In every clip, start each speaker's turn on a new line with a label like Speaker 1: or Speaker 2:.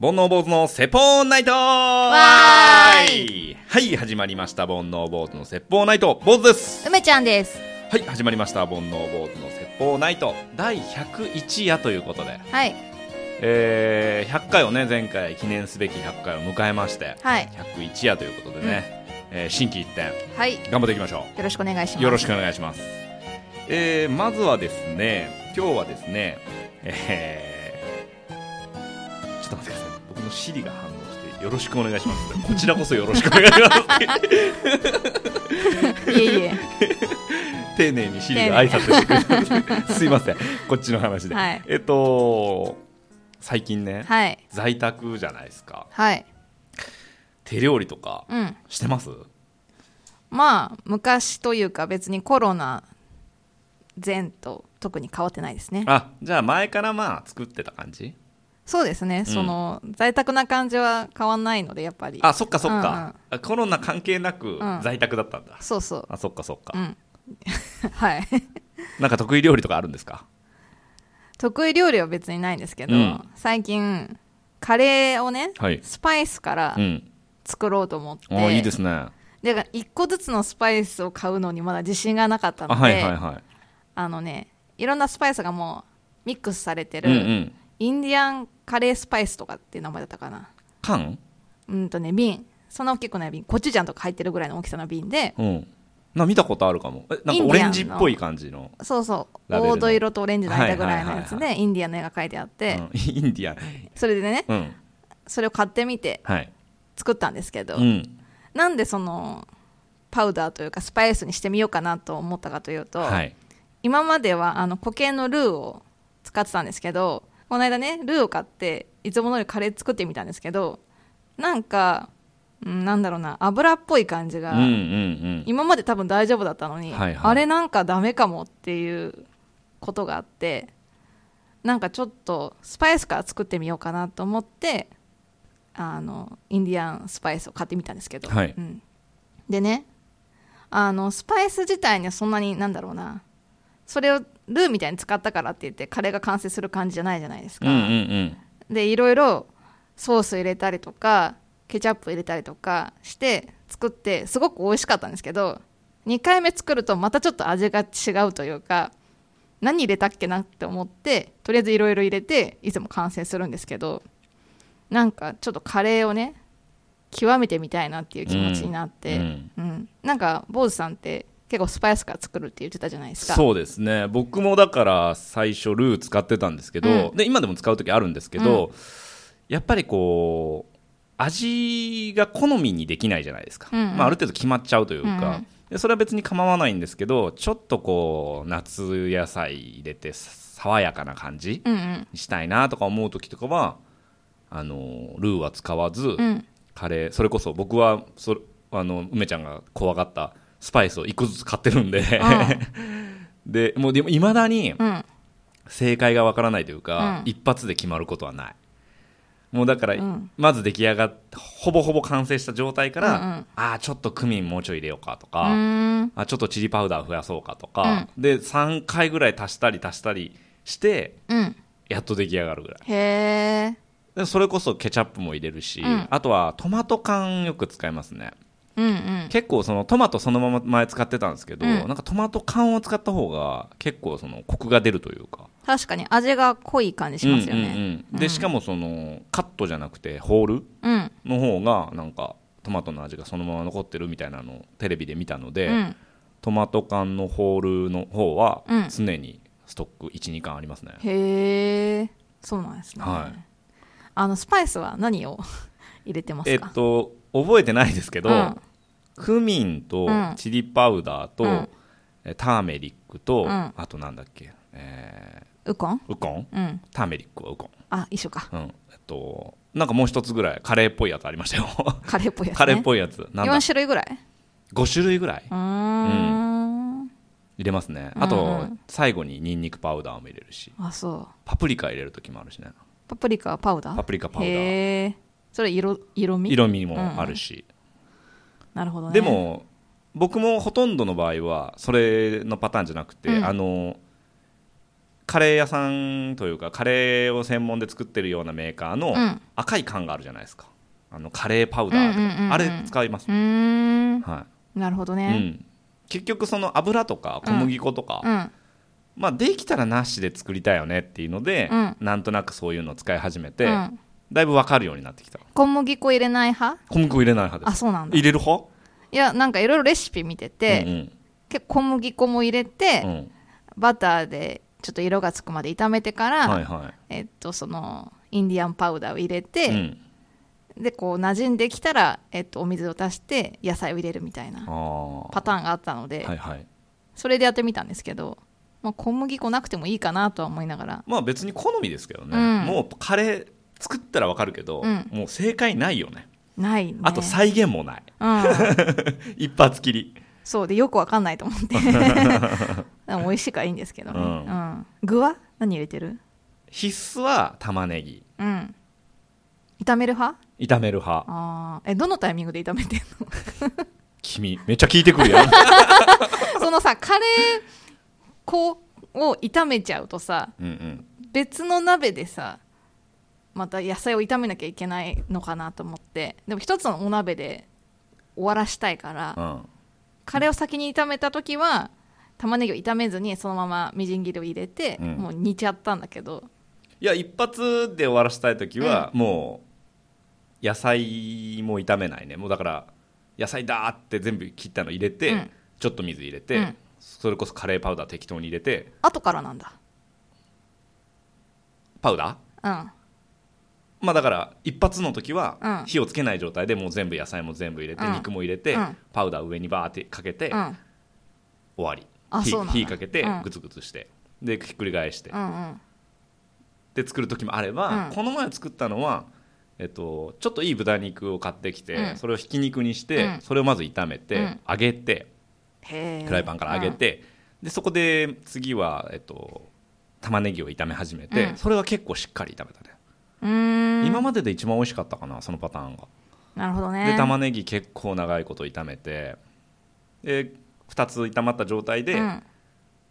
Speaker 1: 煩悩坊主の説法ナイト
Speaker 2: わー
Speaker 1: はい、始まりました。煩悩坊主の説法ナイト。坊主です。
Speaker 2: 梅ちゃんです
Speaker 1: はい、始まりました。煩悩坊主の説法ナイト。第101夜ということで、
Speaker 2: はい
Speaker 1: えー、100回をね、前回記念すべき100回を迎えまして、
Speaker 2: はい
Speaker 1: 101夜ということでね、えー心機一転、
Speaker 2: はいよ
Speaker 1: 頑張っていきましょ
Speaker 2: ろしくお願いします
Speaker 1: う。よろしくお願いします。えー、まずはですね、今日はですね、えー、ちょっと待ってください。僕のシリが反応して、よろしくお願いします。こちらこそよろしくお願いし ます。
Speaker 2: いえい え
Speaker 1: 丁寧にシリが挨拶してくれてすいませんこっちの話で、
Speaker 2: はい
Speaker 1: えっと最近ね、
Speaker 2: はい
Speaker 1: 在宅じゃないですか
Speaker 2: はい
Speaker 1: 手料理とか
Speaker 2: うん
Speaker 1: してます
Speaker 2: まあ昔というか別にコロナ前と特に変わってないですね
Speaker 1: あじゃあ前からまあ作ってた感じ
Speaker 2: そうですね、その在宅な感じは変わんないのでやっぱり
Speaker 1: あそっかそっか、あコロナ関係なく
Speaker 2: ん
Speaker 1: 在宅だったんだ、
Speaker 2: そうそう
Speaker 1: あそっかそっか、
Speaker 2: うん はい
Speaker 1: なんか得意料理とかあるんですか
Speaker 2: 得意料理は別にないんですけど、
Speaker 1: うん
Speaker 2: 最近カレーをね、
Speaker 1: はい
Speaker 2: スパイスから
Speaker 1: うん
Speaker 2: 作ろうと思って、
Speaker 1: あいいですねあ
Speaker 2: で一個ずつのスパイスを買うのにまだ自信がなかったのであ,、
Speaker 1: はいはいはい
Speaker 2: のねいろんなスパイスがもうミックスされて
Speaker 1: う
Speaker 2: る、
Speaker 1: んうん
Speaker 2: インディアンカレースパイスとかっていう名前だったかな
Speaker 1: 缶
Speaker 2: うんとね瓶そんな大きくない瓶コチュジャンとか入ってるぐらいの大きさの瓶で
Speaker 1: うんな見たことあるかもえなんかオレンジっぽい感じの
Speaker 2: そうそう
Speaker 1: ラベルの
Speaker 2: 黄土色とオレンジの間ぐらいのやつ
Speaker 1: はいはいはいは
Speaker 2: でインディアンの絵が描いてあって、
Speaker 1: うん、 インディアン
Speaker 2: それでね
Speaker 1: うん
Speaker 2: それを買ってみて
Speaker 1: はい
Speaker 2: 作ったんですけど、
Speaker 1: うん
Speaker 2: なんでそのパウダーというかスパイスにしてみようかなと思ったかというと、
Speaker 1: はい
Speaker 2: 今まではあの固形のルーを使ってたんですけどこの間ねルーを買っていつものよりカレー作ってみたんですけどなんか、うん、なんだろうな油っぽい感じが、
Speaker 1: うんうん
Speaker 2: 今まで多分大丈夫だったのに、
Speaker 1: はいはい
Speaker 2: あれなんかダメかもっていうことがあってなんかちょっとスパイスから作ってみようかなと思ってあのインディアンスパイスを買ってみたんですけど、
Speaker 1: はい
Speaker 2: うんでねあのスパイス自体にはそんなになんだろうなそれをルーみたいに使ったからって言ってカレーが完成する感じじゃないじゃないです
Speaker 1: うんう
Speaker 2: か、
Speaker 1: んうん
Speaker 2: でいろいろソース入れたりとかケチャップ入れたりとかして作ってすごく美味しかったんですけど2回目作るとまたちょっと味が違うというか何入れたっけなって思ってとりあえずいろいろ入れていつも完成するんですけどなんかちょっとカレーをね極めてみたいなっていう気持ちになって、
Speaker 1: う
Speaker 2: うんんなんか坊主さんって結構スパイスから作るって言ってたじゃないですか
Speaker 1: そうですね僕もだから最初ルー使ってたんですけど、
Speaker 2: う
Speaker 1: で今でも使う時あるんですけど、やっぱりこう味が好みにできないじゃないですか、
Speaker 2: うんうん
Speaker 1: まあ、ある程度決まっちゃうというか、
Speaker 2: うん
Speaker 1: でそれは別に構わないんですけどちょっとこう夏野菜入れてさ爽やかな感じ
Speaker 2: うんうん
Speaker 1: にしたいなとか思う時とかはあのルーは使わず、
Speaker 2: うん
Speaker 1: カレーそれこそ僕はそれあの梅ちゃんが怖がったスパイスを一個ずつ買ってるんで、 でもうでも未だに
Speaker 2: うん
Speaker 1: 正解がわからないというか、
Speaker 2: うん
Speaker 1: 一発で決まることはないもうだから、
Speaker 2: ん
Speaker 1: まず出来上がってほぼほぼ完成した状態から、
Speaker 2: うんう
Speaker 1: ああちょっとクミンもうちょい入れようかと
Speaker 2: う
Speaker 1: か、
Speaker 2: ーん
Speaker 1: あちょっとチリパウダー増やそうかとか、で3回ぐらい足したり足したりして
Speaker 2: うん
Speaker 1: やっと出来上がるぐらい
Speaker 2: へえ
Speaker 1: でそれこそケチャップも入れるし、
Speaker 2: ん
Speaker 1: あとはトマト缶よく使いますね
Speaker 2: うんうん
Speaker 1: 結構そのトマトそのまま前使ってたんですけど、
Speaker 2: うん
Speaker 1: なんかトマト缶を使った方が結構そのコクが出るというか
Speaker 2: 確かに味が濃い感じしますよ
Speaker 1: うん
Speaker 2: ね
Speaker 1: うんうんで、しかもそのカットじゃなくてホール
Speaker 2: うんうん
Speaker 1: の方がなんかトマトの味がそのまま残ってるみたいなのをテレビで見たので、
Speaker 2: うん
Speaker 1: トマト缶のホールの方は
Speaker 2: うん
Speaker 1: 常にストック12缶ありますね、
Speaker 2: へえそうなんですね、
Speaker 1: はい
Speaker 2: あのスパイスは何を 入れてま
Speaker 1: え
Speaker 2: す
Speaker 1: っ
Speaker 2: か、
Speaker 1: と覚えてないですけど、
Speaker 2: うん
Speaker 1: クミンと
Speaker 2: うん
Speaker 1: チリパウダーと、
Speaker 2: うん
Speaker 1: えターメリックと、
Speaker 2: うん
Speaker 1: あとなんだっけ、え
Speaker 2: ウコン
Speaker 1: ーウコン
Speaker 2: うん
Speaker 1: ターメリックはウコン
Speaker 2: あ一緒か
Speaker 1: うん、えっと、なんかもう一つぐらいカレーっぽいやつありましたよ。
Speaker 2: カレーっぽいやつ、ね、
Speaker 1: カレーっぽいやつ、なんだ
Speaker 2: 4、種類ぐらい
Speaker 1: 五種類ぐらいう
Speaker 2: ーん
Speaker 1: 入れますね。あと、
Speaker 2: うんう
Speaker 1: 最後にニンニクパウダーも入れるし、
Speaker 2: あそう
Speaker 1: パプリカ入れる時もあるしね。
Speaker 2: パプリカパウダー
Speaker 1: パプリカパウダー
Speaker 2: へえそれ色色味
Speaker 1: 色味もあるし、
Speaker 2: なるほどね
Speaker 1: でも、僕もほとんどの場合はそれのパターンじゃなくて、
Speaker 2: うん
Speaker 1: あのカレー屋さんというかカレーを専門で作ってるようなメーカーの
Speaker 2: うん
Speaker 1: 赤い缶があるじゃないですかあのカレーパウダーとか、
Speaker 2: うんうんうんうん
Speaker 1: あれ使います、
Speaker 2: うーん
Speaker 1: は
Speaker 2: なるほど
Speaker 1: い
Speaker 2: ね、
Speaker 1: うん、結局その油とか小麦粉とか、
Speaker 2: うん
Speaker 1: まあ、できたらなしで作りたいよねっていうので、
Speaker 2: うん
Speaker 1: なんとなくそういうのを使い始めて、
Speaker 2: うん
Speaker 1: だいぶ分かるようになってきた
Speaker 2: 小麦粉入れない派
Speaker 1: 小麦粉入れない派で
Speaker 2: あ
Speaker 1: す
Speaker 2: そうなんだ
Speaker 1: 入れる派
Speaker 2: いやなんかいろいろレシピ見てて、
Speaker 1: うん
Speaker 2: 結構小麦粉も入れて、
Speaker 1: うんうん、
Speaker 2: バターでちょっと色がつくまで炒めてから、
Speaker 1: はいは
Speaker 2: えっとそのインディアンパウダーを入れ
Speaker 1: い、う
Speaker 2: て、
Speaker 1: ん、
Speaker 2: でこう馴染んできたら、えっと、お水を足して野菜を入れるみたいな
Speaker 1: あ
Speaker 2: パターンがあったので、
Speaker 1: ーはいはい
Speaker 2: それでやってみたんですけど、まあ、小麦粉なくてもいいかなとは思いながら
Speaker 1: まあ別に好みですけどね、
Speaker 2: うん
Speaker 1: もうカレー作ったら分かるけど、
Speaker 2: うん
Speaker 1: もう正解ないよね
Speaker 2: ないね
Speaker 1: あと再現もない、
Speaker 2: うん、
Speaker 1: 一発切り
Speaker 2: そうでよくわかんないと思って でも美味しいからいいんですけどね、
Speaker 1: う
Speaker 2: うんん具は何入れてる
Speaker 1: 必須は玉ねぎ
Speaker 2: うん炒める派
Speaker 1: 炒める派
Speaker 2: あーえどのタイミングで炒めてんの
Speaker 1: 君めっちゃ聞いてくるや ん、
Speaker 2: そのさカレー粉を炒めちゃうとさ
Speaker 1: うんうん、
Speaker 2: 別の鍋でさまた野菜を炒めなきゃいけないのかなと思ってでも一つのお鍋で終わらしたいから、
Speaker 1: うん
Speaker 2: カレーを先に炒めた時は玉ねぎを炒めずにそのままみじん切りを入れて、
Speaker 1: うん
Speaker 2: もう煮ちゃったんだけど
Speaker 1: いや一発で終わらせたい時は、もう野菜も炒めないねもうだから野菜だーって全部切ったの入れて、
Speaker 2: うん
Speaker 1: ちょっと水入れて、
Speaker 2: うん
Speaker 1: それこそカレーパウダー適当に入れて
Speaker 2: 後からなんだ
Speaker 1: パウダー
Speaker 2: うん
Speaker 1: まあだから一発の時
Speaker 2: う
Speaker 1: は
Speaker 2: ん
Speaker 1: 火をつけない状態でもう全部野菜も全部入れて、
Speaker 2: うん
Speaker 1: 肉も入れて、
Speaker 2: うん
Speaker 1: パウダー上にバーってかけて、
Speaker 2: うんうん
Speaker 1: 終わり
Speaker 2: あ
Speaker 1: 火
Speaker 2: そうなんだ
Speaker 1: 火かけて
Speaker 2: うん
Speaker 1: グツグツして、でひっくり返して、
Speaker 2: うん
Speaker 1: で作る時もあれば、
Speaker 2: うん
Speaker 1: この前作ったのは、えっと、ちょっといい豚肉を買ってきて、
Speaker 2: うん
Speaker 1: それをひき肉にして、
Speaker 2: うん
Speaker 1: それをまず炒めて、
Speaker 2: うん
Speaker 1: 揚げて
Speaker 2: へえ
Speaker 1: フライパンから揚げ、て、でそこで次は、えっと、玉ねぎを炒め始めて、
Speaker 2: うん
Speaker 1: それは結構しっかり炒めたね、
Speaker 2: うん、うーん
Speaker 1: 今までで一番美味しかったかなそのパターンが、
Speaker 2: なるほどね
Speaker 1: で玉ねぎ結構長いこと炒めてで2つ炒まった状態で、
Speaker 2: うん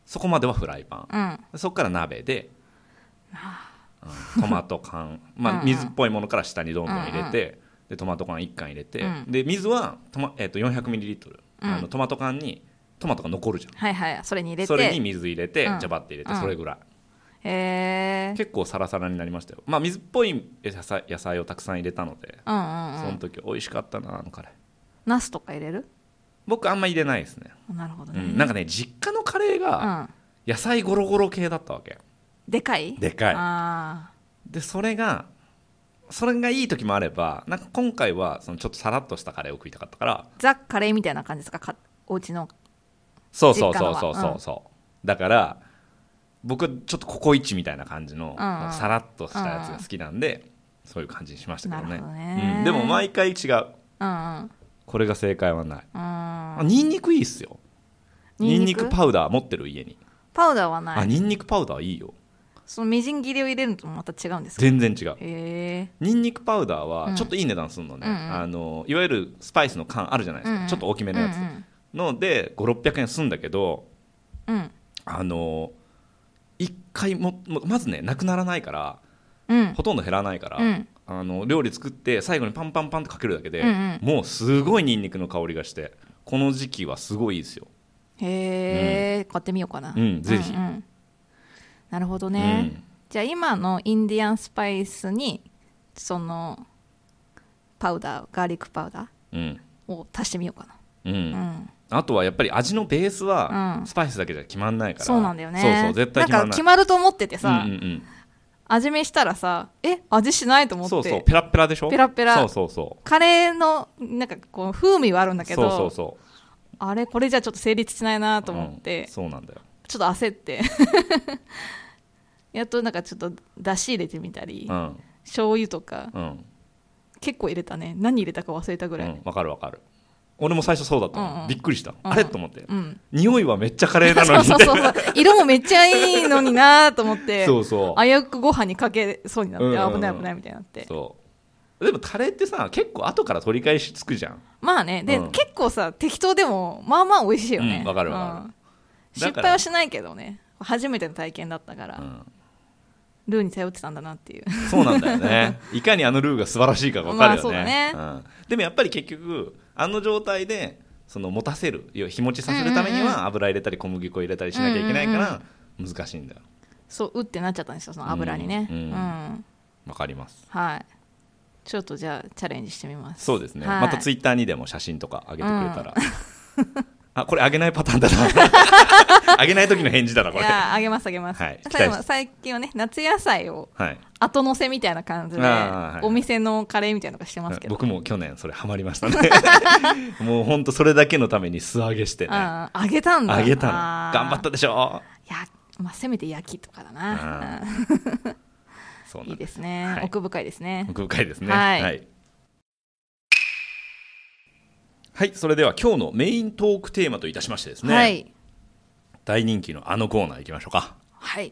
Speaker 1: そこまではフライパン
Speaker 2: うん
Speaker 1: そこから鍋で、うんトマト 缶、ま
Speaker 2: うん
Speaker 1: あ、
Speaker 2: うん
Speaker 1: 水っぽいものから下にどんどん入れて、でトマト缶1缶入れて、
Speaker 2: うん
Speaker 1: で水はトマ、えー、と 400ml、
Speaker 2: うん
Speaker 1: あのトマト缶にトマトが残るじゃん
Speaker 2: はいはいそれに入れて
Speaker 1: それに水入れて、
Speaker 2: うん
Speaker 1: ジャバって入れて、
Speaker 2: うん
Speaker 1: それぐらい
Speaker 2: へえ
Speaker 1: 結構サラサラになりましたよ、まあ、水っぽい野菜野菜をたくさん入れたので、
Speaker 2: うんうん
Speaker 1: そうの
Speaker 2: ん
Speaker 1: 時美味しかったなあのカレー
Speaker 2: ナスとか入れる
Speaker 1: 僕あんま入れないですね、
Speaker 2: なるほど
Speaker 1: う
Speaker 2: ね、
Speaker 1: ん、なんかね実家のカレーが
Speaker 2: うん
Speaker 1: 野菜ゴロゴロ系だったわけ
Speaker 2: でかい
Speaker 1: でかい
Speaker 2: あ
Speaker 1: でそれがそれがいい時もあればなんか今回はそのちょっとさらっとしたカレーを食いたかったから
Speaker 2: ーザ・カレーみたいな感じですかかお家の
Speaker 1: そうそう
Speaker 2: 実家
Speaker 1: そ
Speaker 2: の
Speaker 1: う
Speaker 2: は
Speaker 1: そうそうそう、だから僕はちょっとココイチみたいな感じの、
Speaker 2: うんうん
Speaker 1: さらっとしたやつが好きなんで、そういう感じにしましたけどね
Speaker 2: なるほどね
Speaker 1: うんでも毎回違う
Speaker 2: うんうん
Speaker 1: これが正解はない、
Speaker 2: うん
Speaker 1: あニンニクいいっすよニ
Speaker 2: ニ
Speaker 1: ン
Speaker 2: ン
Speaker 1: ニ
Speaker 2: ニク
Speaker 1: クパウダー持ってる家に、
Speaker 2: パウダーはな
Speaker 1: あ
Speaker 2: い
Speaker 1: ニンニクパウダーいいよ
Speaker 2: そのみじん切りを入れるのともまた違うんですか
Speaker 1: 全然違う
Speaker 2: へえ
Speaker 1: ニンニクパウダー
Speaker 2: う
Speaker 1: は
Speaker 2: ん
Speaker 1: ちょっといい値段するのね、
Speaker 2: うんうん
Speaker 1: あのいわゆるスパイスの缶あるじゃないですか、
Speaker 2: うんうん
Speaker 1: ちょっと大きめのやつ、ので5600円すんだけど
Speaker 2: うんうん
Speaker 1: あの一回ももまずねなくならないから
Speaker 2: うん
Speaker 1: ほとんど減らないから、
Speaker 2: うん
Speaker 1: あの料理作って最後にパンパンパンってかけるだけで、
Speaker 2: うんうん
Speaker 1: もうすごいニンニクの香りがしてこの時期はすごいいいですよ、
Speaker 2: へえ買ってみようかな
Speaker 1: うんぜひ
Speaker 2: ううんなるほどね
Speaker 1: うん
Speaker 2: じゃあ今のインディアンスパイスにそのパウダーガーリックパウダ
Speaker 1: うん
Speaker 2: ーを足してみようか
Speaker 1: うん
Speaker 2: なうん
Speaker 1: あとはやっぱり味のベースは
Speaker 2: うん
Speaker 1: スパイスだけじゃ決まんないから、
Speaker 2: そうなんだよね
Speaker 1: そうそう絶対決ま
Speaker 2: なん
Speaker 1: な
Speaker 2: んか
Speaker 1: い
Speaker 2: 決まると思っててさ
Speaker 1: うんうん
Speaker 2: 味見したらさえ味しないと
Speaker 1: う
Speaker 2: 思
Speaker 1: ん、
Speaker 2: っ
Speaker 1: そうそう
Speaker 2: て
Speaker 1: ペラッペラでしょ
Speaker 2: ペラッペラ
Speaker 1: そうそうそう
Speaker 2: カレーのなんかこう風味はあるんだけ
Speaker 1: そうそう
Speaker 2: ど
Speaker 1: そう
Speaker 2: あれこれじゃちょっと成立しないなと思っ
Speaker 1: う
Speaker 2: て
Speaker 1: んそうなんだよ
Speaker 2: ちょっと焦って やっとなんかちょっと出汁入れてみたり、
Speaker 1: うん
Speaker 2: 醤油とか
Speaker 1: うん
Speaker 2: 結構入れたね何入れたか忘れたぐらい、
Speaker 1: うん、わかるわかる俺も最初そうだったの、
Speaker 2: うんうん
Speaker 1: びっくりした、
Speaker 2: ん
Speaker 1: あれと思って、
Speaker 2: うん
Speaker 1: 匂いはめっちゃカレーな
Speaker 2: そ
Speaker 1: の
Speaker 2: う
Speaker 1: に
Speaker 2: そうそうそう色もめっちゃいいのになと思って
Speaker 1: そうそう
Speaker 2: 危うくご飯にかけそうになって、
Speaker 1: うんうんうん
Speaker 2: あ危ない危ないみたいになって
Speaker 1: そうでもカレーってさ結構後から取り返しつくじゃん
Speaker 2: まあねで、
Speaker 1: うん
Speaker 2: 結構さ適当でもまあまあ美味しいよね
Speaker 1: うんわかるわかる
Speaker 2: うん
Speaker 1: だ
Speaker 2: 失
Speaker 1: から
Speaker 2: 敗はしないけどね初めての体験だったから、
Speaker 1: うん
Speaker 2: ルーに頼ってたんだなっていう
Speaker 1: そうなんだよねいかにあのルーが素晴らしいか分かるよね,、
Speaker 2: ま
Speaker 1: うん、でもやっぱり結局あの状態でその持たせる要は日持ちさせるために
Speaker 2: うんうんうん
Speaker 1: は油入れたり小麦粉入れたりしなきゃいけないから難しいんだよ
Speaker 2: そううってなっちゃったんですよその油にね
Speaker 1: う
Speaker 2: うんん、
Speaker 1: うんわかります
Speaker 2: はいちょっとじゃあチャレンジしてみます
Speaker 1: そうですね、
Speaker 2: はい
Speaker 1: またツイッターにでも写真とか上げてくれたら、 あこれ上げないパターンだな 上げない時の返事だなこ
Speaker 2: い
Speaker 1: れ
Speaker 2: やあげますあげます、
Speaker 1: はい期待し
Speaker 2: 最後最近はね夏野菜を
Speaker 1: はい
Speaker 2: 後乗せみたいな感じで、
Speaker 1: あーはい
Speaker 2: お店のカレーみたいなのがしてますけど
Speaker 1: 僕も去年それハマりましたね もうほんとそれだけのために素揚げしてね
Speaker 2: ああげたんだ
Speaker 1: 揚げたの
Speaker 2: あー
Speaker 1: 頑張ったでしょ
Speaker 2: や、まあ、せめて焼きとかだな、
Speaker 1: そう
Speaker 2: うん
Speaker 1: ない
Speaker 2: い
Speaker 1: んで
Speaker 2: ですね、
Speaker 1: はい
Speaker 2: 奥深いですね
Speaker 1: 奥深いですねは、
Speaker 2: はいい
Speaker 1: はいそれでは今日のメイントークテーマといたしましてですね、
Speaker 2: はい
Speaker 1: 大人気のあのコーナーいきましょうか
Speaker 2: はい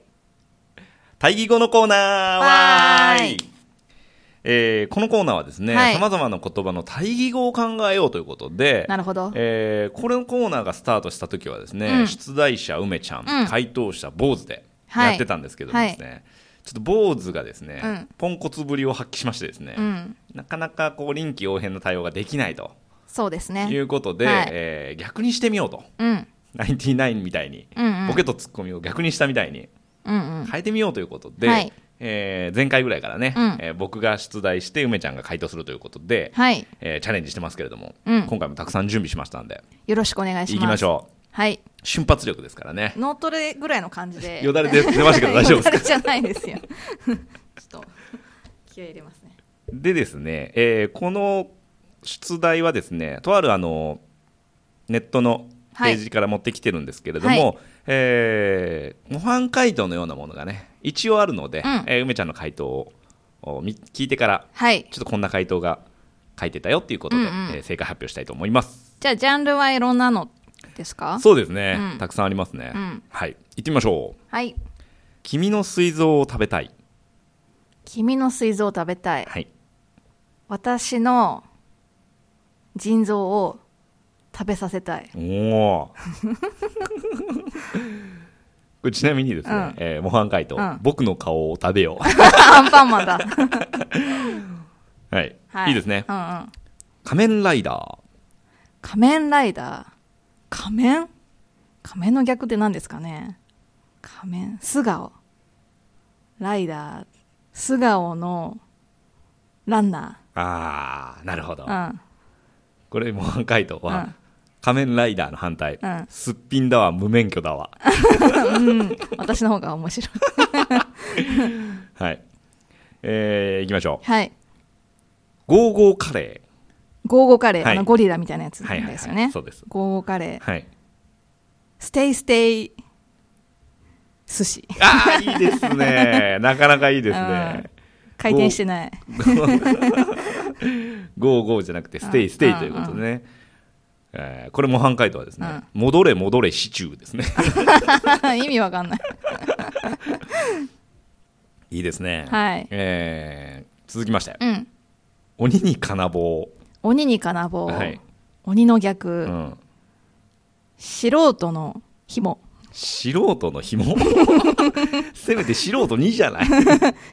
Speaker 1: 対義語のコーナー
Speaker 2: わーい
Speaker 1: わーいえーこのコーナーはですね
Speaker 2: はい
Speaker 1: さまざまな言葉の対義語を考えようということで
Speaker 2: なるほど
Speaker 1: えーこれのコーナーがスタートした時はですね、
Speaker 2: うん
Speaker 1: 出題者梅ちゃん、
Speaker 2: うん
Speaker 1: 回答者坊主で
Speaker 2: はい
Speaker 1: やってたんですけどもですね、ちょっと坊主がですね、
Speaker 2: うん
Speaker 1: ポンコツぶりを発揮しましてですね、
Speaker 2: うん
Speaker 1: なかなかこう臨機応変な対応ができないと
Speaker 2: そうです
Speaker 1: い
Speaker 2: ね
Speaker 1: うことで、
Speaker 2: はい
Speaker 1: えー逆にしてみようと
Speaker 2: うん
Speaker 1: 99みたいに、
Speaker 2: うんうん
Speaker 1: ボケとツッコミを逆にしたみたいに
Speaker 2: うんうん
Speaker 1: 変えてみようということで、
Speaker 2: はい
Speaker 1: えー前回ぐらいからね、
Speaker 2: うん
Speaker 1: えー僕が出題して梅ちゃんが回答するということで、
Speaker 2: はい
Speaker 1: えーチャレンジしてますけれども、
Speaker 2: うん
Speaker 1: 今回もたくさん準備しましたんで
Speaker 2: よろしくお願いします
Speaker 1: いきまし
Speaker 2: う
Speaker 1: ょう。
Speaker 2: はい
Speaker 1: 瞬発力ですからね。
Speaker 2: 脳トレぐらいの感じ で
Speaker 1: よだれ出出ましたけ ど大丈夫ですか
Speaker 2: よだれじゃないですよ ちょっと気合い入れますね
Speaker 1: でですね、えーこの出題はですね、とあるあのネットのページから持ってきてるんですけれども、
Speaker 2: は
Speaker 1: えー模範回答のようなものがね、一応あるので、
Speaker 2: うん
Speaker 1: えー梅ちゃんの回答をおみ聞いてから、
Speaker 2: はい
Speaker 1: ちょっとこんな回答が書いてたよっていうことで、
Speaker 2: うんうん
Speaker 1: えー正解発表したいと思います。
Speaker 2: じゃあジャンルはいろんなのですか
Speaker 1: そうですね、
Speaker 2: うん
Speaker 1: たくさんありますね。
Speaker 2: うん
Speaker 1: はい、行ってみましょう。
Speaker 2: はい
Speaker 1: 君の膵臓を食べたい。
Speaker 2: 君の膵臓を食べたい
Speaker 1: はい、
Speaker 2: 私の腎臓を食べさせたい
Speaker 1: お お。これちなみにですね、
Speaker 2: うん
Speaker 1: えー模範解答、
Speaker 2: うん
Speaker 1: 僕の顔を食べよ
Speaker 2: アンパンマンだ。
Speaker 1: う。はい、。
Speaker 2: はいい
Speaker 1: いですね。
Speaker 2: うんうん。
Speaker 1: 仮面ライダ
Speaker 2: 仮面ライダー。仮面仮面の逆って何ですかね仮面。素顔。ライダー。素顔のランナ
Speaker 1: ー。ああ、なるほど。
Speaker 2: ー。うん。
Speaker 1: これ模範解答は、
Speaker 2: うん
Speaker 1: 仮面ライダーの反対、
Speaker 2: うん
Speaker 1: すっぴんだわ、無免許だわ。
Speaker 2: 私の方が面 白い。
Speaker 1: はい。えー、いきましょう。
Speaker 2: はい。
Speaker 1: ゴーゴーカレ
Speaker 2: ゴーゴーカレー。
Speaker 1: はい
Speaker 2: あのゴリラみたいなやつ
Speaker 1: ー。はいはい、
Speaker 2: ですよ
Speaker 1: はい。
Speaker 2: ね
Speaker 1: そ。うです。
Speaker 2: ゴーゴーカレー。
Speaker 1: はい。
Speaker 2: ステイステイ。寿司。
Speaker 1: ああ、いいです ね。なかなかいいですね。
Speaker 2: 回転してない。
Speaker 1: ゴーゴーじゃなくて、ステイステイということでね。えーこれ模範解答はですね、戻れ戻れシチューですね。
Speaker 2: 意味わかんない。
Speaker 1: いいですね。
Speaker 2: はい
Speaker 1: えー続きまして、
Speaker 2: うん。
Speaker 1: 鬼に金棒。
Speaker 2: 鬼に金棒。
Speaker 1: はい
Speaker 2: 鬼の逆。
Speaker 1: うん。
Speaker 2: 素人の紐
Speaker 1: 素人の 紐せめて素人2じゃない。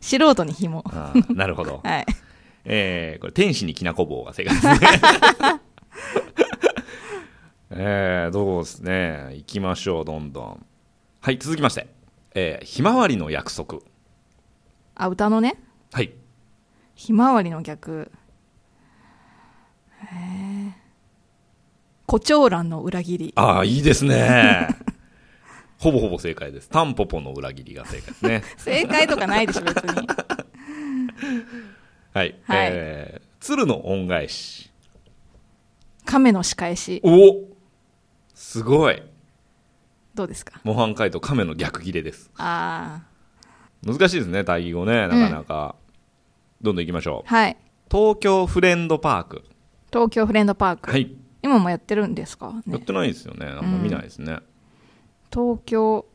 Speaker 2: 素人に紐
Speaker 1: あーなるほど。
Speaker 2: はい
Speaker 1: えーこれ、天使にきなこ棒が正解 ですね。えーどうですね。行きましょう、どんどん。はい、続きまして。えーひまわりの約束。
Speaker 2: あ歌のね
Speaker 1: はい。
Speaker 2: 「ひまわりの逆」えー「胡蝶蘭の裏切り
Speaker 1: ああ、いいですね。 ほぼほぼ正解です。タンポポの裏切りが正解ですね。」
Speaker 2: 正解とかないでしょ別に
Speaker 1: はい。
Speaker 2: はい
Speaker 1: えー鶴の恩返し。
Speaker 2: 亀の仕返し
Speaker 1: おすごい。
Speaker 2: どうですか
Speaker 1: 模範解答、亀の逆切れです。
Speaker 2: あ
Speaker 1: 難しいですね、対義語ね。なかなか。どんどん行きましょ
Speaker 2: あ
Speaker 1: う。
Speaker 2: はい
Speaker 1: 東京フレンドパーク。
Speaker 2: 東京フレンドパーク、
Speaker 1: はい。
Speaker 2: 今もやってるんですか、
Speaker 1: やっ
Speaker 2: ね、
Speaker 1: てないですよね。あんま見ないですね。
Speaker 2: 東京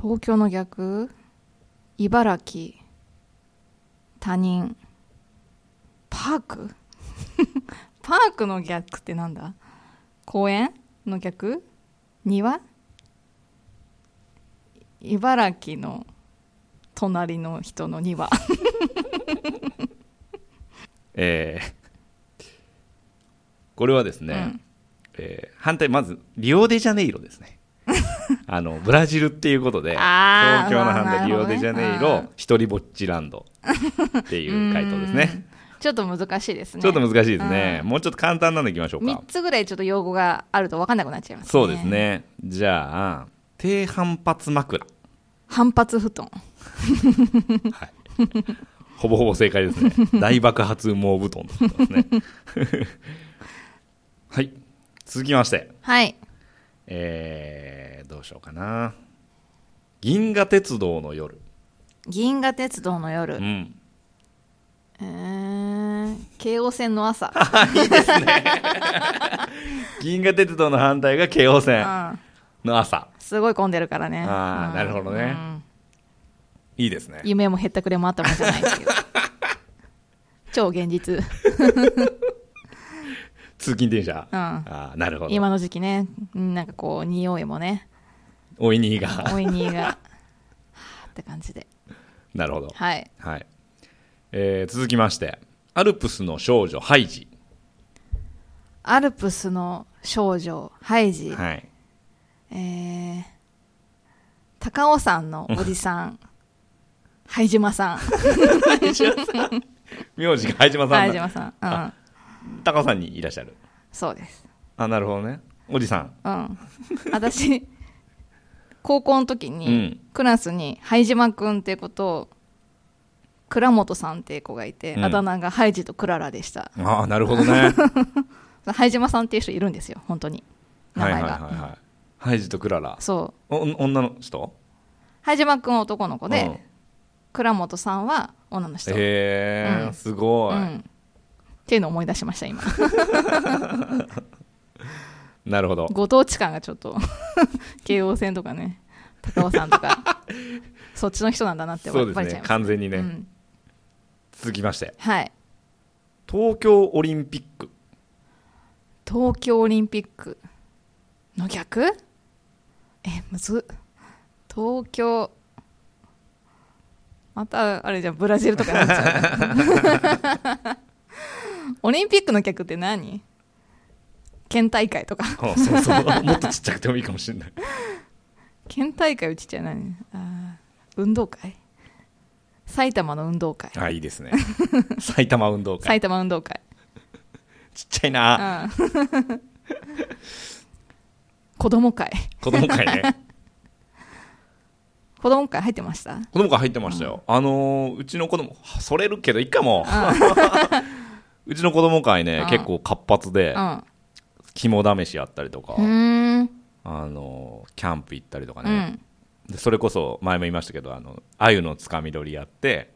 Speaker 2: 東京の逆茨城他人パーク パークの逆ってなんだ公園の逆庭茨城の隣の人の庭
Speaker 1: えーこれはですね、
Speaker 2: うん
Speaker 1: えー反対まずリオデジャネイロです ねあのブラジルっていうことで
Speaker 2: あー
Speaker 1: 東京の反
Speaker 2: まあな
Speaker 1: 対リ
Speaker 2: るほど
Speaker 1: オ
Speaker 2: ね
Speaker 1: デジャネイ
Speaker 2: あー
Speaker 1: ロ一人ぼっちランドっていう回答ですね
Speaker 2: ちょっと難しいですね
Speaker 1: ちょっと難しいですね、もうちょっと簡単なのいきましょうか
Speaker 2: 3つぐらいちょっと用語があると分かんなくなっちゃいますね
Speaker 1: そうですねじゃあ低反発枕
Speaker 2: 反発布団
Speaker 1: ほぼほぼ正解ですね 大爆発羽毛布団ってことですねはい続きまして
Speaker 2: はい
Speaker 1: えーどうしようかな銀河鉄道の夜、
Speaker 2: 銀河鉄道の夜、
Speaker 1: うん、
Speaker 2: えー京王線の朝、
Speaker 1: 銀河鉄道の反対が京王
Speaker 2: う
Speaker 1: 線
Speaker 2: ん、
Speaker 1: の朝
Speaker 2: すごい混んでるからね
Speaker 1: あー
Speaker 2: うん
Speaker 1: なるほどねいいですね
Speaker 2: うん夢もへったくれもあったもんじゃないですけ ど超現実、
Speaker 1: 通勤電車、
Speaker 2: うん
Speaker 1: あーなるほど
Speaker 2: 今の時期ねうんなんかこう匂いもね
Speaker 1: おいにいが
Speaker 2: おいにいがはーって感じで
Speaker 1: なるほど、
Speaker 2: はい
Speaker 1: はいえー続きましてアルプスの少女ハイジ、
Speaker 2: アルプスの少女ハイジ、
Speaker 1: はい、
Speaker 2: えー、高尾山のおじ さん拝島さん
Speaker 1: 名字が灰島さん
Speaker 2: 拝
Speaker 1: だ
Speaker 2: 島さんうん
Speaker 1: 高尾さんにいらっしゃる
Speaker 2: そうです
Speaker 1: あなるほどねおじさん
Speaker 2: うん私高校の時に、
Speaker 1: うん
Speaker 2: クラスに拝島くんっていう子と倉本さんっていう子がいて、
Speaker 1: うん
Speaker 2: あだ名がハイジとクララでした
Speaker 1: ああなるほど ね
Speaker 2: 拝島さんっていう人いるんですよ本当に名
Speaker 1: はい
Speaker 2: 前
Speaker 1: はい
Speaker 2: が、
Speaker 1: はいはいハイジとクララ
Speaker 2: そう
Speaker 1: お女の人
Speaker 2: 灰島君は男の子で、
Speaker 1: うん
Speaker 2: 倉本さんは女の人、
Speaker 1: へえ、
Speaker 2: うん
Speaker 1: すごい、
Speaker 2: うん、っていうのを思い出しました 今
Speaker 1: なるほど
Speaker 2: ご当地感がちょっと 京王線とかね高尾山と かそっちの人なんだなって
Speaker 1: そう
Speaker 2: ば
Speaker 1: です
Speaker 2: バレちゃ
Speaker 1: ね
Speaker 2: います
Speaker 1: 完全にね、
Speaker 2: うん
Speaker 1: 続きまして
Speaker 2: はい
Speaker 1: 東京オリンピッ ク
Speaker 2: 東京オリンピックの逆えむずっ東京またあれじゃんブラジルとかになっちゃ うオリンピックの逆って何県大会とか
Speaker 1: あそうそうもっとちっちゃくてもいいかもしれない
Speaker 2: 県大会うちっちゃい何あー運動会埼玉の運動会
Speaker 1: あいい ですね埼玉運動会
Speaker 2: 埼玉運動会
Speaker 1: ちっちゃいな
Speaker 2: うん子供会
Speaker 1: 子供会 ね
Speaker 2: 子供会入ってました
Speaker 1: 子供会入ってましたよ、あのーうちの子供はそれるけどいいかも うちの子供会ね
Speaker 2: うん
Speaker 1: 結構活発で
Speaker 2: うん
Speaker 1: 肝試しやったりとか、
Speaker 2: うーん
Speaker 1: あのーキャンプ行ったりとか
Speaker 2: う
Speaker 1: ね、
Speaker 2: ん
Speaker 1: でそれこそ前も言いましたけどあの鮎のつかみ取りやって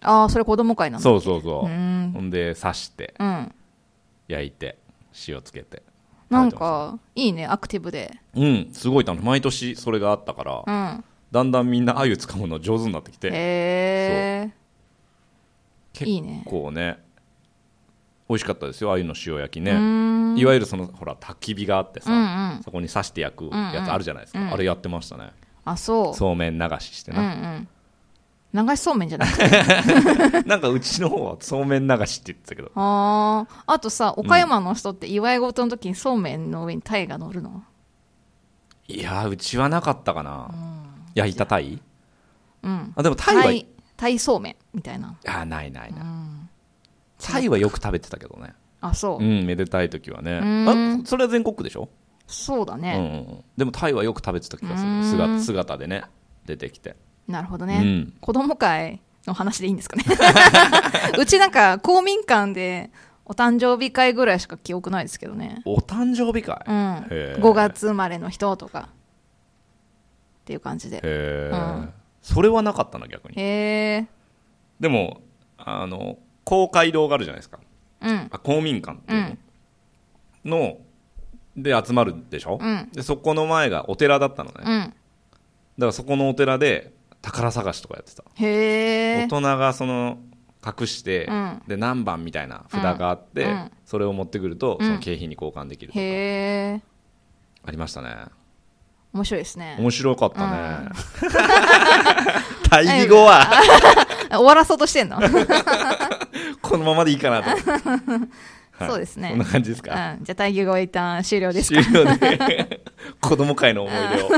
Speaker 2: ああそれ子供会なの
Speaker 1: そうそうそう、
Speaker 2: うーん
Speaker 1: ほんで刺して
Speaker 2: うん
Speaker 1: 焼いて塩つけて
Speaker 2: なんかいいねアクティブで
Speaker 1: うんすごい楽しい毎年それがあったから、
Speaker 2: うん
Speaker 1: だんだんみんな鮎つかむの上手になってきて
Speaker 2: へえ
Speaker 1: 結
Speaker 2: いいね
Speaker 1: 構ね美味しかったですよ鮎の塩焼き
Speaker 2: うー
Speaker 1: ね、
Speaker 2: ん
Speaker 1: いわゆるそのほら焚き火があってさ、
Speaker 2: うんうん
Speaker 1: そこに刺して焼くやつあるじゃないですか、あれやってましたね
Speaker 2: あそう
Speaker 1: そうめん流しして
Speaker 2: うん
Speaker 1: な、
Speaker 2: うん流しそうめんじ ゃなくて
Speaker 1: なんかうちの方はそうめん流しって言ってたけど
Speaker 2: あああとさ岡山の人って祝い事の時にそうめんの上に鯛が乗るの
Speaker 1: いやーうちはなかったかな、焼いた鯛
Speaker 2: うん
Speaker 1: あでもタイは、
Speaker 2: 鯛鯛そうめんみたいな
Speaker 1: あないないない、
Speaker 2: ん
Speaker 1: タイはよく食べてたけどね
Speaker 2: あそううん
Speaker 1: めでたい時はね
Speaker 2: ん
Speaker 1: あそれは全国区でしょ、
Speaker 2: そうだ
Speaker 1: うんうん
Speaker 2: ね
Speaker 1: うん、でもタイはよく食べてた気がす
Speaker 2: う
Speaker 1: る姿
Speaker 2: ん
Speaker 1: 姿でね出てきて
Speaker 2: なるほど
Speaker 1: う
Speaker 2: ね
Speaker 1: ん、
Speaker 2: 子供会の話でいいんですかね うちなんか公民館でお誕生日会ぐらいしか記憶ないですけどね
Speaker 1: お誕生日会、
Speaker 2: うん、
Speaker 1: へー
Speaker 2: 5月生まれの人とかっていう感じで
Speaker 1: へえ、
Speaker 2: うん
Speaker 1: それはなかったな逆に
Speaker 2: へえ
Speaker 1: でもあの公会堂があるじゃないですか
Speaker 2: うん
Speaker 1: あ公民館っていうの,、ので集まるでしょ、
Speaker 2: うん
Speaker 1: でそこの前がお寺だったのね、だか
Speaker 2: うん
Speaker 1: らそこのお寺で宝探しとかやってた
Speaker 2: へ
Speaker 1: 大
Speaker 2: え
Speaker 1: 人がその隠して、
Speaker 2: うん
Speaker 1: で何番みたいな札があって、
Speaker 2: うんうん
Speaker 1: それを持ってくると
Speaker 2: うん
Speaker 1: その景品に交換できるとか、
Speaker 2: へえ
Speaker 1: ありましたね
Speaker 2: 面白いですね
Speaker 1: 面白かったね。 対義語は、
Speaker 2: 終わらそうとして んの、
Speaker 1: このままでいいかなと。はい
Speaker 2: そうですね
Speaker 1: こんな感じです
Speaker 2: うん、じ
Speaker 1: か。
Speaker 2: ゃあ対義語は一旦終了です
Speaker 1: 終了で、 子供会の思い出を。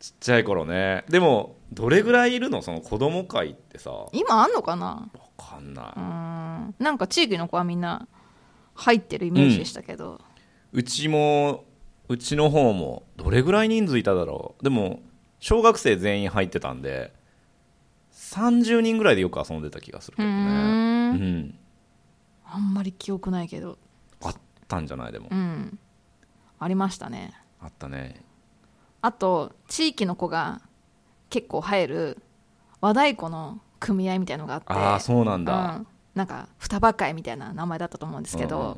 Speaker 1: ちっちゃい頃ね。でも、どれぐらいいるのその子供会ってさ、わ
Speaker 2: 今あんのかな
Speaker 1: かんな
Speaker 2: う
Speaker 1: い。
Speaker 2: んなんか地域の子はみんな入ってるイメージでしたけど、
Speaker 1: うちも、うちの方も、どれぐらい人数いただろう。でも、小学生全員入ってたんで、30人ぐらいでよく遊んでた気がするけど
Speaker 2: う
Speaker 1: ね。う
Speaker 2: ーん
Speaker 1: ん。
Speaker 2: あんまり記憶ないけど
Speaker 1: あったんじゃないでも
Speaker 2: う。んありましたね
Speaker 1: あったね。
Speaker 2: あと地域の子が結構入る和太鼓の組合みたいのがあって
Speaker 1: ああ、そうなんだ。
Speaker 2: うんなんか双葉会みたいな名前だったと思うんですけど、
Speaker 1: うんうん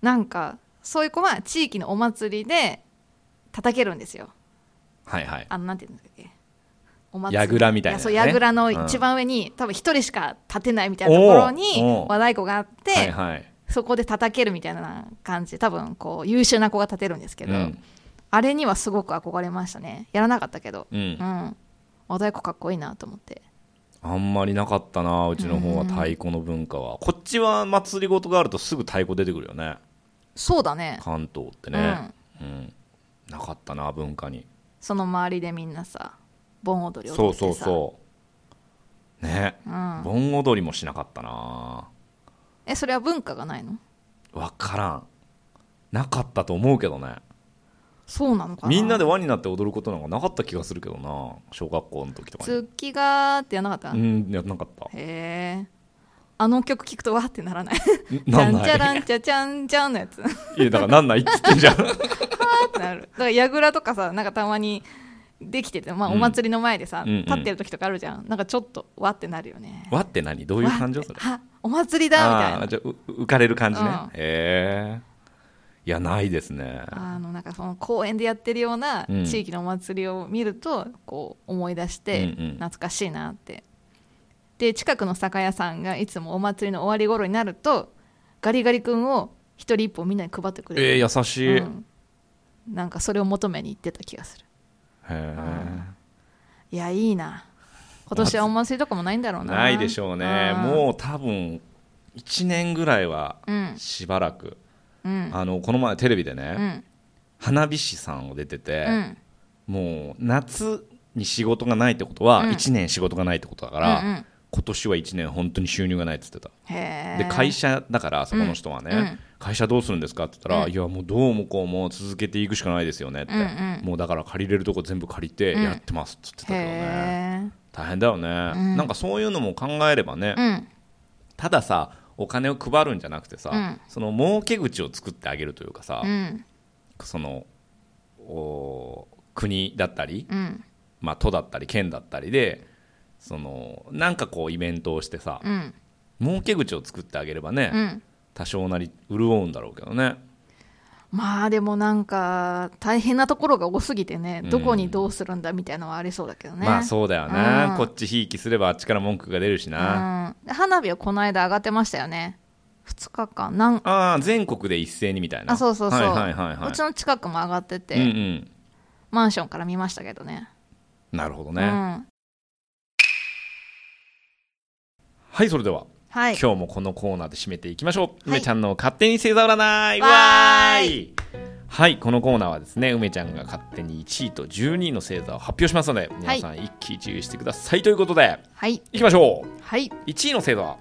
Speaker 2: なんかそういう子は地域のお祭りで叩けるんですよ
Speaker 1: はいはい。
Speaker 2: あのなんていうんだっけお
Speaker 1: やぐらみたいなね
Speaker 2: やそうやぐらの一番上に、多分一人しか立てないみたいなところに
Speaker 1: おうおう
Speaker 2: 和太鼓があって、
Speaker 1: はいはい。
Speaker 2: そこで叩けるみたいな感じで多分こう優秀な子が立てるんですけど、
Speaker 1: うん
Speaker 2: あれにはすごく憧れましたねやらなかったけど
Speaker 1: う
Speaker 2: うん
Speaker 1: ん、
Speaker 2: 和太鼓かっこいいなと思って
Speaker 1: あんまりなかったなうちの方は太鼓の文化はこっちは祭り事があるとすぐ太鼓出てくるよね
Speaker 2: そうだね
Speaker 1: 関東って
Speaker 2: う
Speaker 1: ね、
Speaker 2: ん、
Speaker 1: うんなかったな文化に
Speaker 2: その周りでみんなさ盆踊りを
Speaker 1: そ
Speaker 2: 踊
Speaker 1: う
Speaker 2: ってさ
Speaker 1: そうそうね、
Speaker 2: うん、
Speaker 1: 盆踊りもしなかったな
Speaker 2: えそれは文化がないの
Speaker 1: 分からんなかったと思うけどね
Speaker 2: そうなのかな
Speaker 1: みんなで輪になって踊ることなんかなかった気がするけどな小学校の時とかに
Speaker 2: 月がーってやらなかった、
Speaker 1: う
Speaker 2: へ
Speaker 1: んいやなかった
Speaker 2: えあの曲聞くとわーってなら ない
Speaker 1: ん
Speaker 2: じ
Speaker 1: な
Speaker 2: ゃ
Speaker 1: ん
Speaker 2: ん
Speaker 1: な
Speaker 2: じゃら
Speaker 1: い
Speaker 2: んちゃちゃんじゃんのや つわー
Speaker 1: いやだからなんないっつってんじ ゃん
Speaker 2: ってなるだからやぐらとかさなんかたまにできてて、まあ、
Speaker 1: うん
Speaker 2: お祭りの前でさ、
Speaker 1: うんうん
Speaker 2: 立ってる時とかあるじゃんなんかちょっとわーってなるよね
Speaker 1: 輪って何どういう感情それ
Speaker 2: あお祭りだみたい
Speaker 1: あ
Speaker 2: な
Speaker 1: ーじゃあう浮かれる感じね、
Speaker 2: うん
Speaker 1: へえいやないですね
Speaker 2: あのなんかその公園でやってるような
Speaker 1: うん
Speaker 2: 地域のお祭りを見るとこう思い出して
Speaker 1: うんうん
Speaker 2: 懐かしいなって、で近くの酒屋さんがいつもお祭りの終わり頃になるとガリガリ君を一人一本みんなに配ってくれる、
Speaker 1: えー、優しい、
Speaker 2: う
Speaker 1: へ
Speaker 2: んなんかそれを求めに行ってた気がする
Speaker 1: え
Speaker 2: いやいいな今年はお祭りとかもないんだろうな
Speaker 1: ないでしょうね
Speaker 2: ん
Speaker 1: もう多分1年ぐらいは
Speaker 2: うん
Speaker 1: しばらく、
Speaker 2: うん
Speaker 1: あのこの前テレビで
Speaker 2: う
Speaker 1: ね、
Speaker 2: ん
Speaker 1: 花火師さんを出てて
Speaker 2: う、ん
Speaker 1: もう夏に仕事がないってことは
Speaker 2: うん
Speaker 1: 1年仕事がないってことだから、今年は1年本当に収入がないって言ってた
Speaker 2: へ
Speaker 1: で会社だからそこの人はね、
Speaker 2: うん
Speaker 1: 会社どうするんですかって言ったら、
Speaker 2: うん
Speaker 1: いやもうどうもこうも続けていくしかないですよねって、
Speaker 2: うんうん
Speaker 1: もうだから借りれるとこ全部借りて
Speaker 2: うん
Speaker 1: やってますって言ってたけどね、
Speaker 2: へ
Speaker 1: 大変だよね、
Speaker 2: ん
Speaker 1: なんかそういうのも考えればね、
Speaker 2: えうん
Speaker 1: たださお金を配るんじゃなくてさ、
Speaker 2: うん
Speaker 1: その儲け口を作ってあげるというかさ、
Speaker 2: うん
Speaker 1: そのお国だったり、
Speaker 2: うん
Speaker 1: まあ、都だったり県だったりでそのなんかこうイベントをしてさ、
Speaker 2: うん
Speaker 1: 儲け口を作ってあげればね、
Speaker 2: うん
Speaker 1: 多少なり潤うんだろうけどね
Speaker 2: まあでもなんか大変なところが多すぎてね
Speaker 1: うん
Speaker 2: どこにどうするんだみたいなのはありそうだけどね、
Speaker 1: まあそうだよな、
Speaker 2: うん
Speaker 1: こっちひいきすればあっちから文句が出るし
Speaker 2: う
Speaker 1: な、
Speaker 2: んで花火はこの間上がってましたよね2日間なん
Speaker 1: ああ全国で一斉にみたいな
Speaker 2: あそうそうそう、
Speaker 1: はいはいはいはいう
Speaker 2: ちの近くも上がってて、
Speaker 1: うんうん
Speaker 2: マンションから見ましたけどね
Speaker 1: なるほど
Speaker 2: う
Speaker 1: ね、
Speaker 2: ん
Speaker 1: はいそれでは、
Speaker 2: はい
Speaker 1: 今日もこのコーナーで締めていきましょう、
Speaker 2: はい
Speaker 1: 梅ちゃんの勝手に星座占い
Speaker 2: わー
Speaker 1: いはいこのコーナーはですね梅ちゃんが勝手に1位と12位の星座を発表しますので皆さん一喜一憂してくださいということで
Speaker 2: はい
Speaker 1: いきましょう
Speaker 2: はい
Speaker 1: 1位の星座は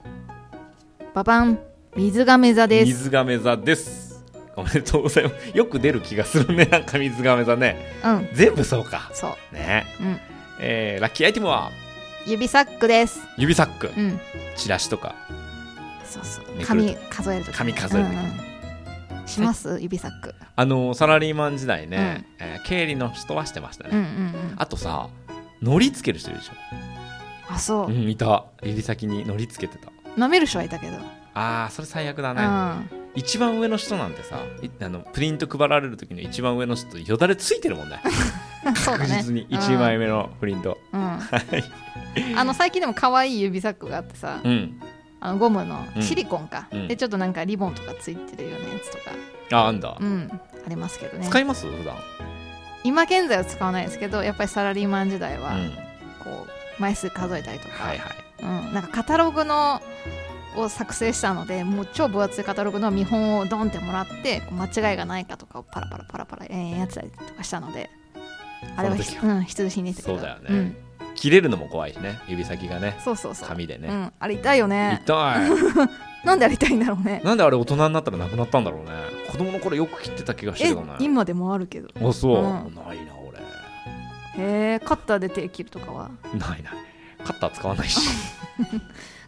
Speaker 2: ババン水亀座です
Speaker 1: 水亀座ですおめでとうございます よく出る気がするねなんか水亀座ね
Speaker 2: うん
Speaker 1: 全部そうか
Speaker 2: そう
Speaker 1: ね
Speaker 2: うん
Speaker 1: えーラッキーアイテムは
Speaker 2: 指サックです
Speaker 1: 指サック、
Speaker 2: うん
Speaker 1: チラシとか
Speaker 2: そうそう
Speaker 1: めくる
Speaker 2: 紙数えるとき
Speaker 1: 紙数える時
Speaker 2: うんうんします、指サック
Speaker 1: あのーサラリーマン時代ね、えー経理の人はしてましたね、
Speaker 2: うんうんうん
Speaker 1: あとさのりつける人いるでし
Speaker 2: あそ
Speaker 1: ょ、
Speaker 2: う、
Speaker 1: うん、いた指先にのりつけてた
Speaker 2: 舐める人はいたけど、
Speaker 1: あーそれ最悪だ
Speaker 2: う
Speaker 1: ね、
Speaker 2: ん
Speaker 1: 一番上の人なんてさいあのプリント配られる時の一番上の人よだれついてるもんね
Speaker 2: そう
Speaker 1: 確
Speaker 2: だね
Speaker 1: 実に1枚目のプリント、
Speaker 2: うんあの最近でも可愛い指サックがあってさ
Speaker 1: うん
Speaker 2: あのゴムの
Speaker 1: うん
Speaker 2: シリコンか、
Speaker 1: うん
Speaker 2: でちょっとなんかリボンとかついてるようなやつとか、
Speaker 1: ああんだ、
Speaker 2: うん、ありますけどね
Speaker 1: 使います普段
Speaker 2: 今現在は使わないですけどやっぱりサラリーマン時代は
Speaker 1: うん
Speaker 2: こう枚数数えたりとか、
Speaker 1: はいはい
Speaker 2: うん、なんかカタログのを作成したのでもう超分厚いカタログの見本をドンってもらってこう間違いがないかとかをパラパラパラパラ延々やってたりとかしたのであれはひ
Speaker 1: その時
Speaker 2: うん、必需品でしたけど
Speaker 1: そうだよね
Speaker 2: ん
Speaker 1: 切れるのも怖いしね指先がね
Speaker 2: そうそうそう、
Speaker 1: 紙で
Speaker 2: う
Speaker 1: ね、
Speaker 2: ん、あれ痛いよね
Speaker 1: 痛い
Speaker 2: なん であれ痛いんだろうね
Speaker 1: なんであれ大人になったらなくなったんだろうね子供の頃よく切ってた気がして
Speaker 2: え
Speaker 1: るよね
Speaker 2: 今でもあるけど
Speaker 1: あそう、
Speaker 2: うん
Speaker 1: ないな俺
Speaker 2: へえカッターで手切るとかは
Speaker 1: ないないカッター使わないし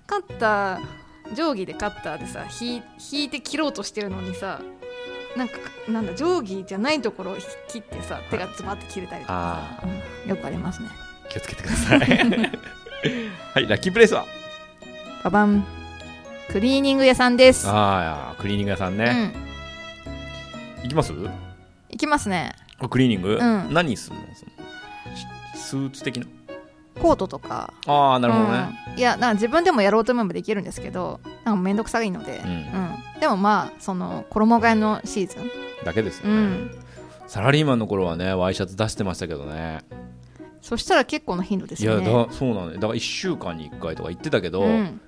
Speaker 2: カッター定規でカッターでさ引い引いて切ろうとしてるのにさなんかなんだ定規じゃないところを切ってさ手がズバッて切れたりとかさ、うんよくありますね
Speaker 1: 気をつけてくだ さいはいラッキープレイスは
Speaker 2: ババンクリーニング屋さんです
Speaker 1: ああクリーニング屋さん
Speaker 2: う
Speaker 1: ね、
Speaker 2: ん
Speaker 1: 行きます
Speaker 2: 行きますね
Speaker 1: あクリーニング、
Speaker 2: うん
Speaker 1: 何するのそのしスーツ的な
Speaker 2: コートとか
Speaker 1: ああなるほどね、
Speaker 2: うんいやなんか自分でもやろうと思えばできるんですけどなんか面倒くさいので、
Speaker 1: うん
Speaker 2: うんでもまあその衣替えのシーズン、
Speaker 1: だけですよ
Speaker 2: う
Speaker 1: ね、
Speaker 2: ん、
Speaker 1: サラリーマンの頃はねワイシャツ出してましたけどね
Speaker 2: そしたら結構な頻度です
Speaker 1: いや
Speaker 2: よね
Speaker 1: だそうなのよだから1週間に1回とか言ってたけど、
Speaker 2: うん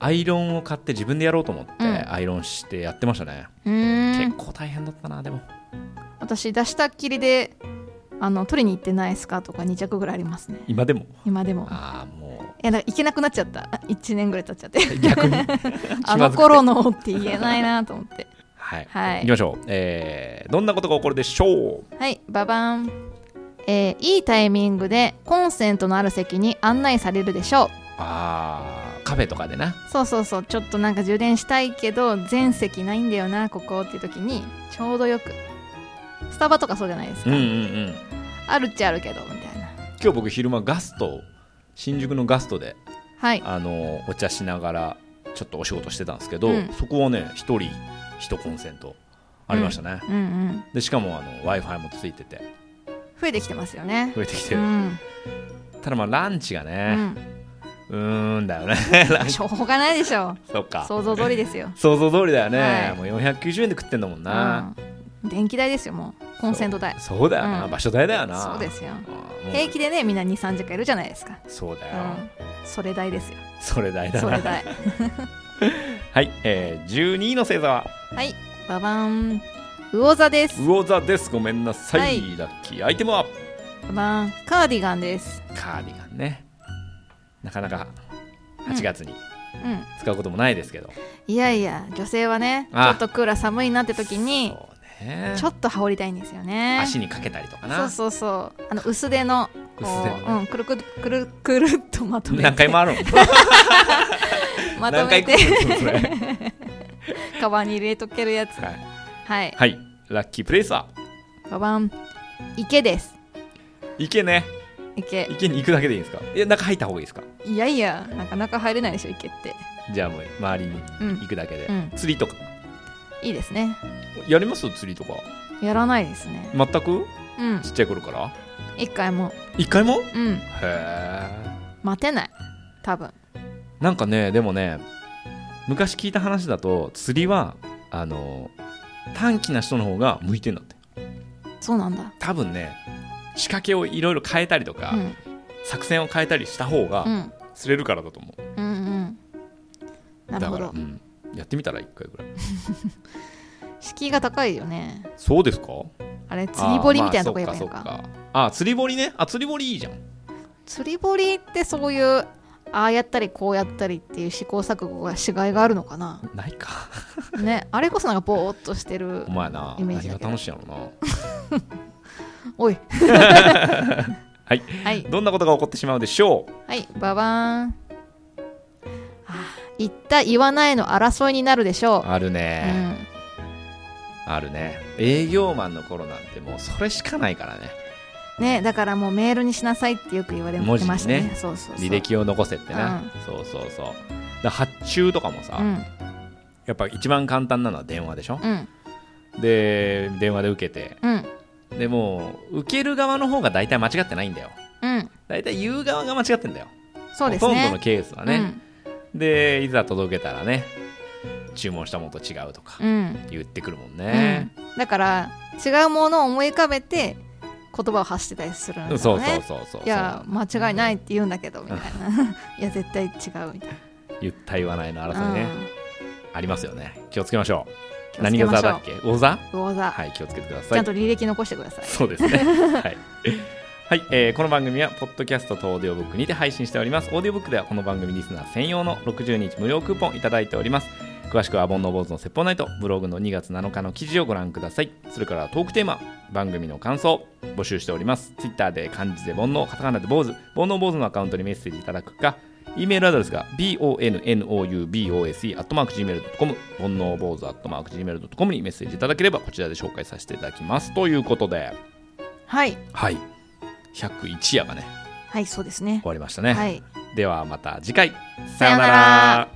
Speaker 1: アイロンを買って自分でやろうと思って、
Speaker 2: うん
Speaker 1: アイロンしてやってましたね、
Speaker 2: うーん
Speaker 1: 結構大変だったなでも
Speaker 2: 私出したっきりであの取りに行ってないスカートが2着ぐらいありますね
Speaker 1: 今でも
Speaker 2: 今でも
Speaker 1: ああも
Speaker 2: いやだから行けなくなっちゃった1年ぐら い経っちゃって
Speaker 1: う逆 に
Speaker 2: あの
Speaker 1: 気まずくて
Speaker 2: 頃のって言えないなと思って
Speaker 1: はい、
Speaker 2: は
Speaker 1: 行
Speaker 2: い
Speaker 1: きましょう、えーどんなことが起こるでしょう
Speaker 2: はいババンえーいいタイミングでコンセントのある席に案内されるでしょ
Speaker 1: あーカフェとかでな
Speaker 2: うそうそうそうちょっとなんか充電したいけど全席ないんだよなここっていう時にちょうどよくスタバとかそうじゃないです
Speaker 1: う
Speaker 2: か、
Speaker 1: んうんうん
Speaker 2: あるっちゃあるけどみたいな
Speaker 1: 今日僕昼間ガスト新宿のガストで
Speaker 2: はい
Speaker 1: あのお茶しながらちょっとお仕事してたんですけど、
Speaker 2: うん
Speaker 1: そこはね1人1コンセントありましたね、
Speaker 2: うんうん
Speaker 1: でしかもあの w i f i もついてて
Speaker 2: 増えてきてますよね
Speaker 1: 増えてきて
Speaker 2: う
Speaker 1: る、
Speaker 2: ん、
Speaker 1: ただまあランチが
Speaker 2: う
Speaker 1: ね
Speaker 2: ん
Speaker 1: うーんだよね
Speaker 2: しょうがないでしょ
Speaker 1: そっか
Speaker 2: 想像通りですよ、
Speaker 1: 想像通りだよね、
Speaker 2: はい
Speaker 1: もう490円で食ってんだもんな、
Speaker 2: うん、電気代ですよもうコンセント代
Speaker 1: そうだよな、
Speaker 2: うん
Speaker 1: 場所代だよな
Speaker 2: そうですよ
Speaker 1: あーもう
Speaker 2: 平気でねみんな23時間いるじゃないですか、
Speaker 1: そうだ
Speaker 2: う
Speaker 1: よ、
Speaker 2: ん、それ 代ですよ
Speaker 1: それ代だ
Speaker 2: そ
Speaker 1: な
Speaker 2: れ代
Speaker 1: はい、えー、12位の星座は
Speaker 2: はいババン魚座です
Speaker 1: 魚座ですごめんなさい、
Speaker 2: はい
Speaker 1: ラッキーアイテムは
Speaker 2: ババンカーディガンです
Speaker 1: カーディガンねなかなか
Speaker 2: うん
Speaker 1: 8月に
Speaker 2: うん
Speaker 1: 使うこともないですけど、
Speaker 2: いやいや女性はねちょ
Speaker 1: あ
Speaker 2: っとクーラー寒いなって時に
Speaker 1: そうね
Speaker 2: ちょっと羽織りたいんですよね
Speaker 1: 足にかけたりとか
Speaker 2: そ
Speaker 1: な
Speaker 2: うそうそうあの薄手のこ
Speaker 1: 薄手の
Speaker 2: う、
Speaker 1: ね
Speaker 2: うん、くるくるくるくるっとまとめて
Speaker 1: 何回もあるの
Speaker 2: まと
Speaker 1: 何
Speaker 2: め
Speaker 1: 回
Speaker 2: て
Speaker 1: 来るのそれはい
Speaker 2: カバンに入れとけるやつはい
Speaker 1: はいラッキープレイスは
Speaker 2: ババン池です
Speaker 1: 池ね
Speaker 2: 池
Speaker 1: 池に行くだけでいいんですかいや中入った方がいいですか
Speaker 2: いやいやなかなか入れないでしょ池って
Speaker 1: じゃあもう周りに
Speaker 2: うん
Speaker 1: 行くだけで、
Speaker 2: うん
Speaker 1: 釣りとか
Speaker 2: いいですね
Speaker 1: やります釣りとか
Speaker 2: やらないですね
Speaker 1: 全く
Speaker 2: うん
Speaker 1: ちっちゃい頃から
Speaker 2: 一回も
Speaker 1: 一回も
Speaker 2: うん
Speaker 1: へえ
Speaker 2: 待てない多分
Speaker 1: なんかねでもね昔聞いた話だと釣りはあの短期な人の方が向いてんだって
Speaker 2: そうなんだ
Speaker 1: 多分ね仕掛けをいろいろ変えたりとか、
Speaker 2: うん
Speaker 1: 作戦を変えたりした方
Speaker 2: う
Speaker 1: が
Speaker 2: ん
Speaker 1: 釣れるからだと思う、
Speaker 2: うんうんなる
Speaker 1: だ
Speaker 2: ほ
Speaker 1: から、
Speaker 2: ど
Speaker 1: うん、やってみたら一回ぐらい
Speaker 2: 敷居が高いよね
Speaker 1: そうですか
Speaker 2: あれ釣り堀みたいなとこ
Speaker 1: あー
Speaker 2: や
Speaker 1: まあ
Speaker 2: ばい
Speaker 1: そ
Speaker 2: の
Speaker 1: っか
Speaker 2: か
Speaker 1: そっかあ釣り堀ねあ釣り堀いいじゃん
Speaker 2: 釣り堀ってそういうああやったりこうやったりっていう試行錯誤がしがいがあるのかな
Speaker 1: ない か
Speaker 2: ねあれこそなんかぼーっとしてる
Speaker 1: お前な
Speaker 2: イメージ
Speaker 1: 何
Speaker 2: だけど
Speaker 1: が楽しいやろな
Speaker 2: おい
Speaker 1: はい
Speaker 2: はい
Speaker 1: どんなことが起こってしまうでしょう
Speaker 2: はいババーンあー言った言わないの争いになるでしょ
Speaker 1: ある
Speaker 2: う、う
Speaker 1: ね、
Speaker 2: ん、
Speaker 1: あるね営業マンの頃なんてもうそれしかないからね
Speaker 2: ねだからもうメールにしなさいってよく言われてま
Speaker 1: 文字にね
Speaker 2: したねそうそうそう
Speaker 1: 履歴を残せってな、そうそうそうだ発注とかもさ、
Speaker 2: うん
Speaker 1: やっぱ一番簡単なのは電話でしょ、
Speaker 2: うん
Speaker 1: で電話で受けて
Speaker 2: うん
Speaker 1: でもう受ける側の方が大体間違ってないんだよ
Speaker 2: うん
Speaker 1: 大体言う側が間違ってんだよ
Speaker 2: そうですね
Speaker 1: ほとんどのケースはね、でいざ届けたらね注文したものと違うとか
Speaker 2: うん、うん
Speaker 1: 言ってくるもんね、
Speaker 2: うんだから違うものを思い浮かべて言葉を発してたりするんだよ
Speaker 1: そう
Speaker 2: ね
Speaker 1: そうそうそう
Speaker 2: いや間違いないって言うんだけどみ たいないや絶対違うみたい
Speaker 1: 言った言わないの
Speaker 2: な、
Speaker 1: 争いね、ありますよね気をつけましょう
Speaker 2: 気をつ
Speaker 1: 何
Speaker 2: け
Speaker 1: が
Speaker 2: ましょ
Speaker 1: 座
Speaker 2: う
Speaker 1: だっけ魚座
Speaker 2: 魚座、
Speaker 1: はい気をつけてくだ
Speaker 2: ち
Speaker 1: さ
Speaker 2: ゃ
Speaker 1: い
Speaker 2: んと履歴残してください
Speaker 1: そうですねはいはい、えーこの番組はポッドキャストとオーディオブックにて配信しておりますオーディオブックではこの番組リスナー専用の60日無料クーポンいただいております詳しくは「煩悩坊主の説法ナイト」ブログの2月7日の記事をご覧くださいそれからトークテーマ番組の感想募集しておりますツイッターで漢字で煩悩カタカナで坊主煩悩坊主のアカウントにメッセージいただくか E メールアドレスが bonoubose.gmail.com 煩悩坊主 .gmail.com にメッセージいただければこちらで紹介させていただきますということで
Speaker 2: はい
Speaker 1: はい101夜がね
Speaker 2: はいそうですね
Speaker 1: 終わりましたね、
Speaker 2: はい
Speaker 1: ではまた次回
Speaker 2: さようなら